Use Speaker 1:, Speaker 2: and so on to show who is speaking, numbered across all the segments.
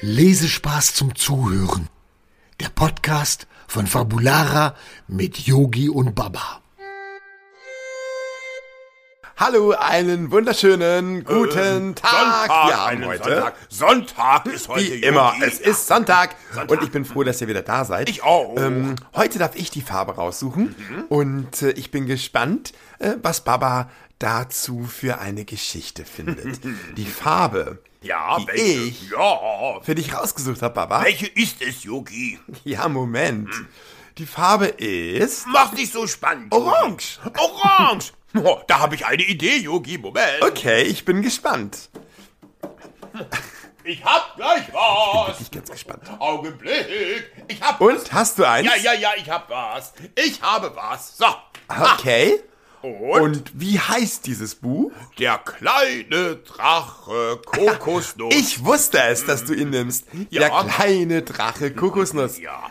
Speaker 1: Lesespaß zum Zuhören. Der Podcast von Fabulara mit Yogi und Baba.
Speaker 2: Hallo, einen wunderschönen guten
Speaker 3: Ähm,
Speaker 2: Tag.
Speaker 3: Sonntag,
Speaker 2: wir haben
Speaker 3: einen
Speaker 2: heute,
Speaker 3: Sonntag. Sonntag ist heute.
Speaker 2: wie immer,
Speaker 3: Yogi.
Speaker 2: es ist Sonntag, und ich bin froh, dass ihr wieder da seid.
Speaker 3: Ich auch. Mhm.
Speaker 2: Ähm, heute darf ich die Farbe raussuchen und äh, ich bin gespannt, äh, was Baba dazu für eine Geschichte findet. die Farbe,
Speaker 3: Ja,
Speaker 2: die
Speaker 3: welche?
Speaker 2: ich
Speaker 3: Ja.
Speaker 2: für dich rausgesucht habe, Baba.
Speaker 3: Welche Mhm. ist es, Yogi?
Speaker 2: Ja, Moment. Die Farbe ist...
Speaker 3: Mach nicht so spannend. Yogi.
Speaker 2: Orange.
Speaker 3: Orange. Oh, da habe ich eine Idee, Yogi. Moment.
Speaker 2: Okay, ich bin gespannt.
Speaker 3: Ich hab gleich was.
Speaker 2: Bin ich ganz gespannt.
Speaker 3: Augenblick. Ich hab
Speaker 2: Und, hast du eins?
Speaker 3: Ja, ja, ja, ich hab was. Ich habe was. So.
Speaker 2: Ah,
Speaker 3: Ah,
Speaker 2: Okay.
Speaker 3: Und,
Speaker 2: Und wie heißt dieses Buch?
Speaker 3: der kleine Drache Kokosnuss.
Speaker 2: Ich wusste es, dass du ihn nimmst.
Speaker 3: Ja.
Speaker 2: Der kleine Drache Kokosnuss.
Speaker 3: Ja.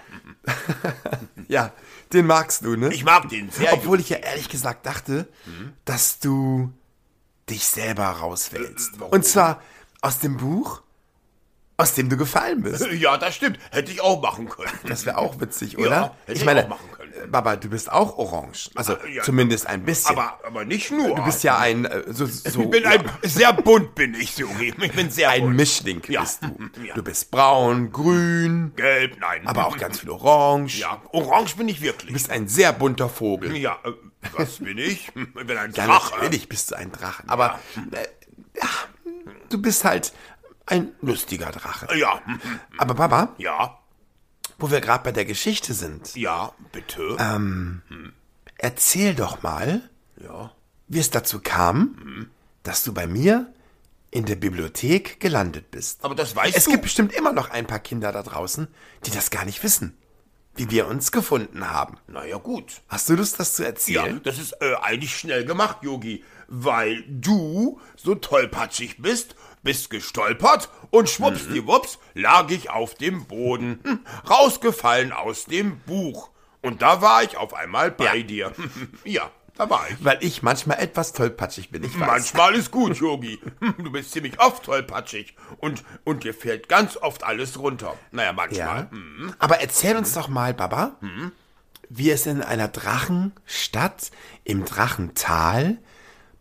Speaker 2: Ja, den magst du, ne?
Speaker 3: Mhm. Ich mag den sehr. Mhm.
Speaker 2: Obwohl ich ja ehrlich gesagt dachte, dass du dich selber rauswählst.
Speaker 3: Äh, warum?
Speaker 2: Und zwar aus dem Buch, aus dem du gefallen bist.
Speaker 3: Ja, das stimmt. Hätte ich auch machen können.
Speaker 2: Das wäre auch witzig,
Speaker 3: Ja,
Speaker 2: oder?
Speaker 3: hätte ich auch machen können. Ah,
Speaker 2: äh, Baba, du bist auch orange. Also
Speaker 3: ja.
Speaker 2: zumindest ein bisschen.
Speaker 3: Aber, aber nicht nur.
Speaker 2: du bist ja ein äh, so, so
Speaker 3: Ich bin
Speaker 2: ja,
Speaker 3: ein sehr bunt bin ich, Yogi. Ich bin sehr
Speaker 2: ein
Speaker 3: bunt.
Speaker 2: Mischling
Speaker 3: Ja.
Speaker 2: bist du.
Speaker 3: Ja.
Speaker 2: Du bist braun, grün,
Speaker 3: Gelb, nein.
Speaker 2: aber auch ganz viel orange.
Speaker 3: Ja, orange bin ich
Speaker 2: Du
Speaker 3: wirklich.
Speaker 2: bist ein sehr bunter Vogel.
Speaker 3: Ja, äh, was bin ich? Ich bin ein
Speaker 2: Ja,
Speaker 3: Drache.
Speaker 2: natürlich bist du ein Drache. Aber äh, ja, du bist halt ein lustiger Drache.
Speaker 3: Ja,
Speaker 2: Aber Baba,
Speaker 3: ja,
Speaker 2: wo wir gerade bei der Geschichte sind,
Speaker 3: ja, bitte.
Speaker 2: Ähm, erzähl doch mal,
Speaker 3: ja.
Speaker 2: wie es dazu kam, dass du bei mir in der Bibliothek gelandet bist.
Speaker 3: Aber das weißt
Speaker 2: Es
Speaker 3: du.
Speaker 2: gibt bestimmt immer noch ein paar Kinder da draußen, die das gar nicht wissen, wie wir uns gefunden haben.
Speaker 3: Naja, gut.
Speaker 2: Hast du Lust, das zu
Speaker 3: Ja,
Speaker 2: erzählen?
Speaker 3: das ist äh, eigentlich schnell gemacht, Yogi. Weil du so tollpatschig bist, bist gestolpert und
Speaker 2: Mhm.
Speaker 3: schwuppsdiwupps lag ich auf dem Boden, hm, rausgefallen aus dem Buch. Und da war ich auf einmal bei dir. ja, da war ich.
Speaker 2: Weil ich manchmal etwas tollpatschig bin, ich weiß.
Speaker 3: Manchmal ist gut, Yogi. Hm, Du bist ziemlich oft tollpatschig. Und, und dir fällt ganz oft alles runter. Naja, manchmal. Hm. Mhm.
Speaker 2: Ja. Aber erzähl uns doch mal, Baba, wie es in einer Drachenstadt im Drachental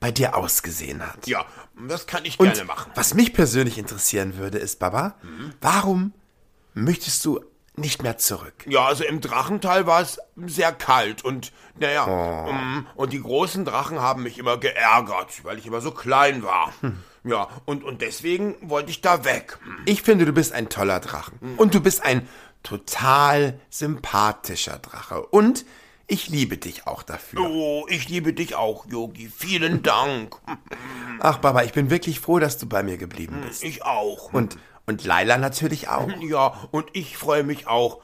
Speaker 2: bei dir ausgesehen hat.
Speaker 3: Ja, das kann ich
Speaker 2: Und
Speaker 3: gerne machen. Mhm.
Speaker 2: was mich persönlich interessieren würde, ist, Baba, warum möchtest du nicht mehr zurück?
Speaker 3: Ja, also im Drachental war es sehr kalt und, naja,
Speaker 2: Oh.
Speaker 3: mm, und die großen Drachen haben mich immer geärgert, weil ich immer so klein war.
Speaker 2: Hm.
Speaker 3: Ja, und, und deswegen wollte ich da weg.
Speaker 2: Ich finde, du bist ein toller Drachen.
Speaker 3: Mhm.
Speaker 2: Und du bist ein total sympathischer Drache. Und ich liebe dich auch dafür.
Speaker 3: Oh, ich liebe dich auch, Yogi.
Speaker 2: Hm.
Speaker 3: Vielen Dank. Hm,
Speaker 2: Ach, Baba, ich bin wirklich froh, dass du bei mir geblieben bist.
Speaker 3: Ich auch.
Speaker 2: Und, und Laila natürlich auch.
Speaker 3: Ja, und ich freue mich auch.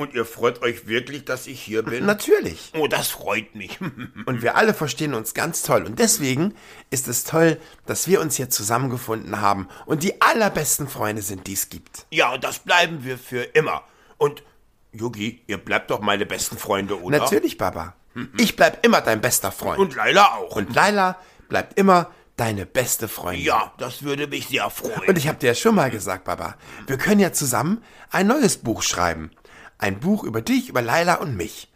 Speaker 3: Und ihr freut euch wirklich, dass ich hier bin?
Speaker 2: Natürlich.
Speaker 3: Oh, das freut mich.
Speaker 2: Und wir alle verstehen uns ganz toll. Und deswegen ist es toll, dass wir uns hier zusammengefunden haben und die allerbesten Freunde sind, die es gibt.
Speaker 3: Ja, und das bleiben wir für immer. Und Yogi, ihr bleibt doch meine besten Freunde, oder?
Speaker 2: Natürlich, Baba. Ich bleib immer dein bester Freund. Und,
Speaker 3: Und Laila auch.
Speaker 2: Laila bleibt immer deine beste Freundin.
Speaker 3: ja, das würde mich sehr freuen.
Speaker 2: Und ich habe dir ja schon mal gesagt, Baba, wir können ja zusammen ein neues Buch schreiben. Ein Buch über dich, über Laila und mich.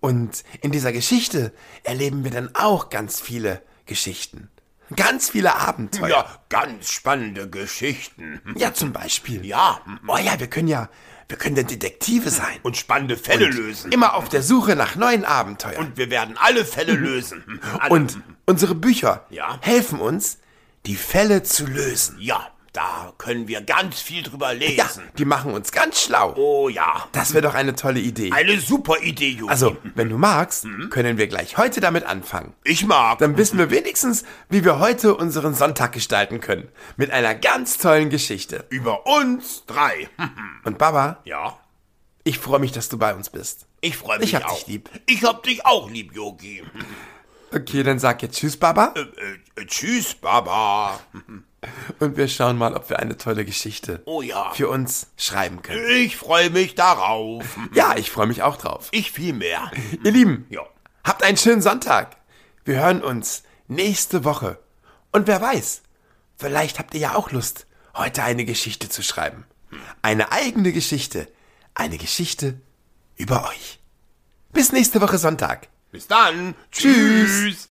Speaker 2: Und in dieser Geschichte erleben wir dann auch ganz viele Geschichten. Ganz viele Abenteuer.
Speaker 3: ja, ganz spannende Geschichten.
Speaker 2: Ja, zum Beispiel.
Speaker 3: Ja.
Speaker 2: Oh ja, wir können ja, wir können denn Detektive sein.
Speaker 3: Und spannende Fälle lösen.
Speaker 2: Immer auf der Suche nach neuen Abenteuern.
Speaker 3: Und wir werden alle Fälle lösen. Alle.
Speaker 2: Mhm. Und, unsere Bücher
Speaker 3: Ja.
Speaker 2: helfen uns, die Fälle zu lösen.
Speaker 3: ja, da können wir ganz viel drüber
Speaker 2: Ja,
Speaker 3: lesen.
Speaker 2: die machen uns ganz schlau.
Speaker 3: Oh ja,
Speaker 2: Das wäre doch eine tolle Idee.
Speaker 3: eine super Idee, Yogi.
Speaker 2: Also, wenn du magst,
Speaker 3: Mhm.
Speaker 2: können wir gleich heute damit anfangen.
Speaker 3: ich mag.
Speaker 2: Dann wissen wir wenigstens, wie wir heute unseren Sonntag gestalten können. Mit einer ganz tollen Geschichte.
Speaker 3: Über uns drei.
Speaker 2: Und Baba,
Speaker 3: ja.
Speaker 2: ich freue mich, dass du bei uns bist.
Speaker 3: Ich freue mich
Speaker 2: Ich hab
Speaker 3: auch.
Speaker 2: dich lieb.
Speaker 3: Ich hab dich auch lieb, Yogi.
Speaker 2: Okay, dann sag jetzt Tschüss, Baba.
Speaker 3: Äh, äh, tschüss, Baba.
Speaker 2: Und wir schauen mal, ob wir eine tolle Geschichte
Speaker 3: Oh ja.
Speaker 2: für uns schreiben können.
Speaker 3: Ich freue mich darauf.
Speaker 2: Ja, ich freue mich auch drauf.
Speaker 3: Äh. Ich viel mehr.
Speaker 2: Ihr Lieben,
Speaker 3: Ja.
Speaker 2: habt einen schönen Sonntag. Wir hören uns nächste Woche. Und wer weiß, vielleicht habt ihr ja auch Lust, heute eine Geschichte zu schreiben. Eine eigene Geschichte. Eine Geschichte über euch. Bis nächste Woche Sonntag.
Speaker 3: Bis dann.
Speaker 2: Tschüss.
Speaker 3: Tschüss.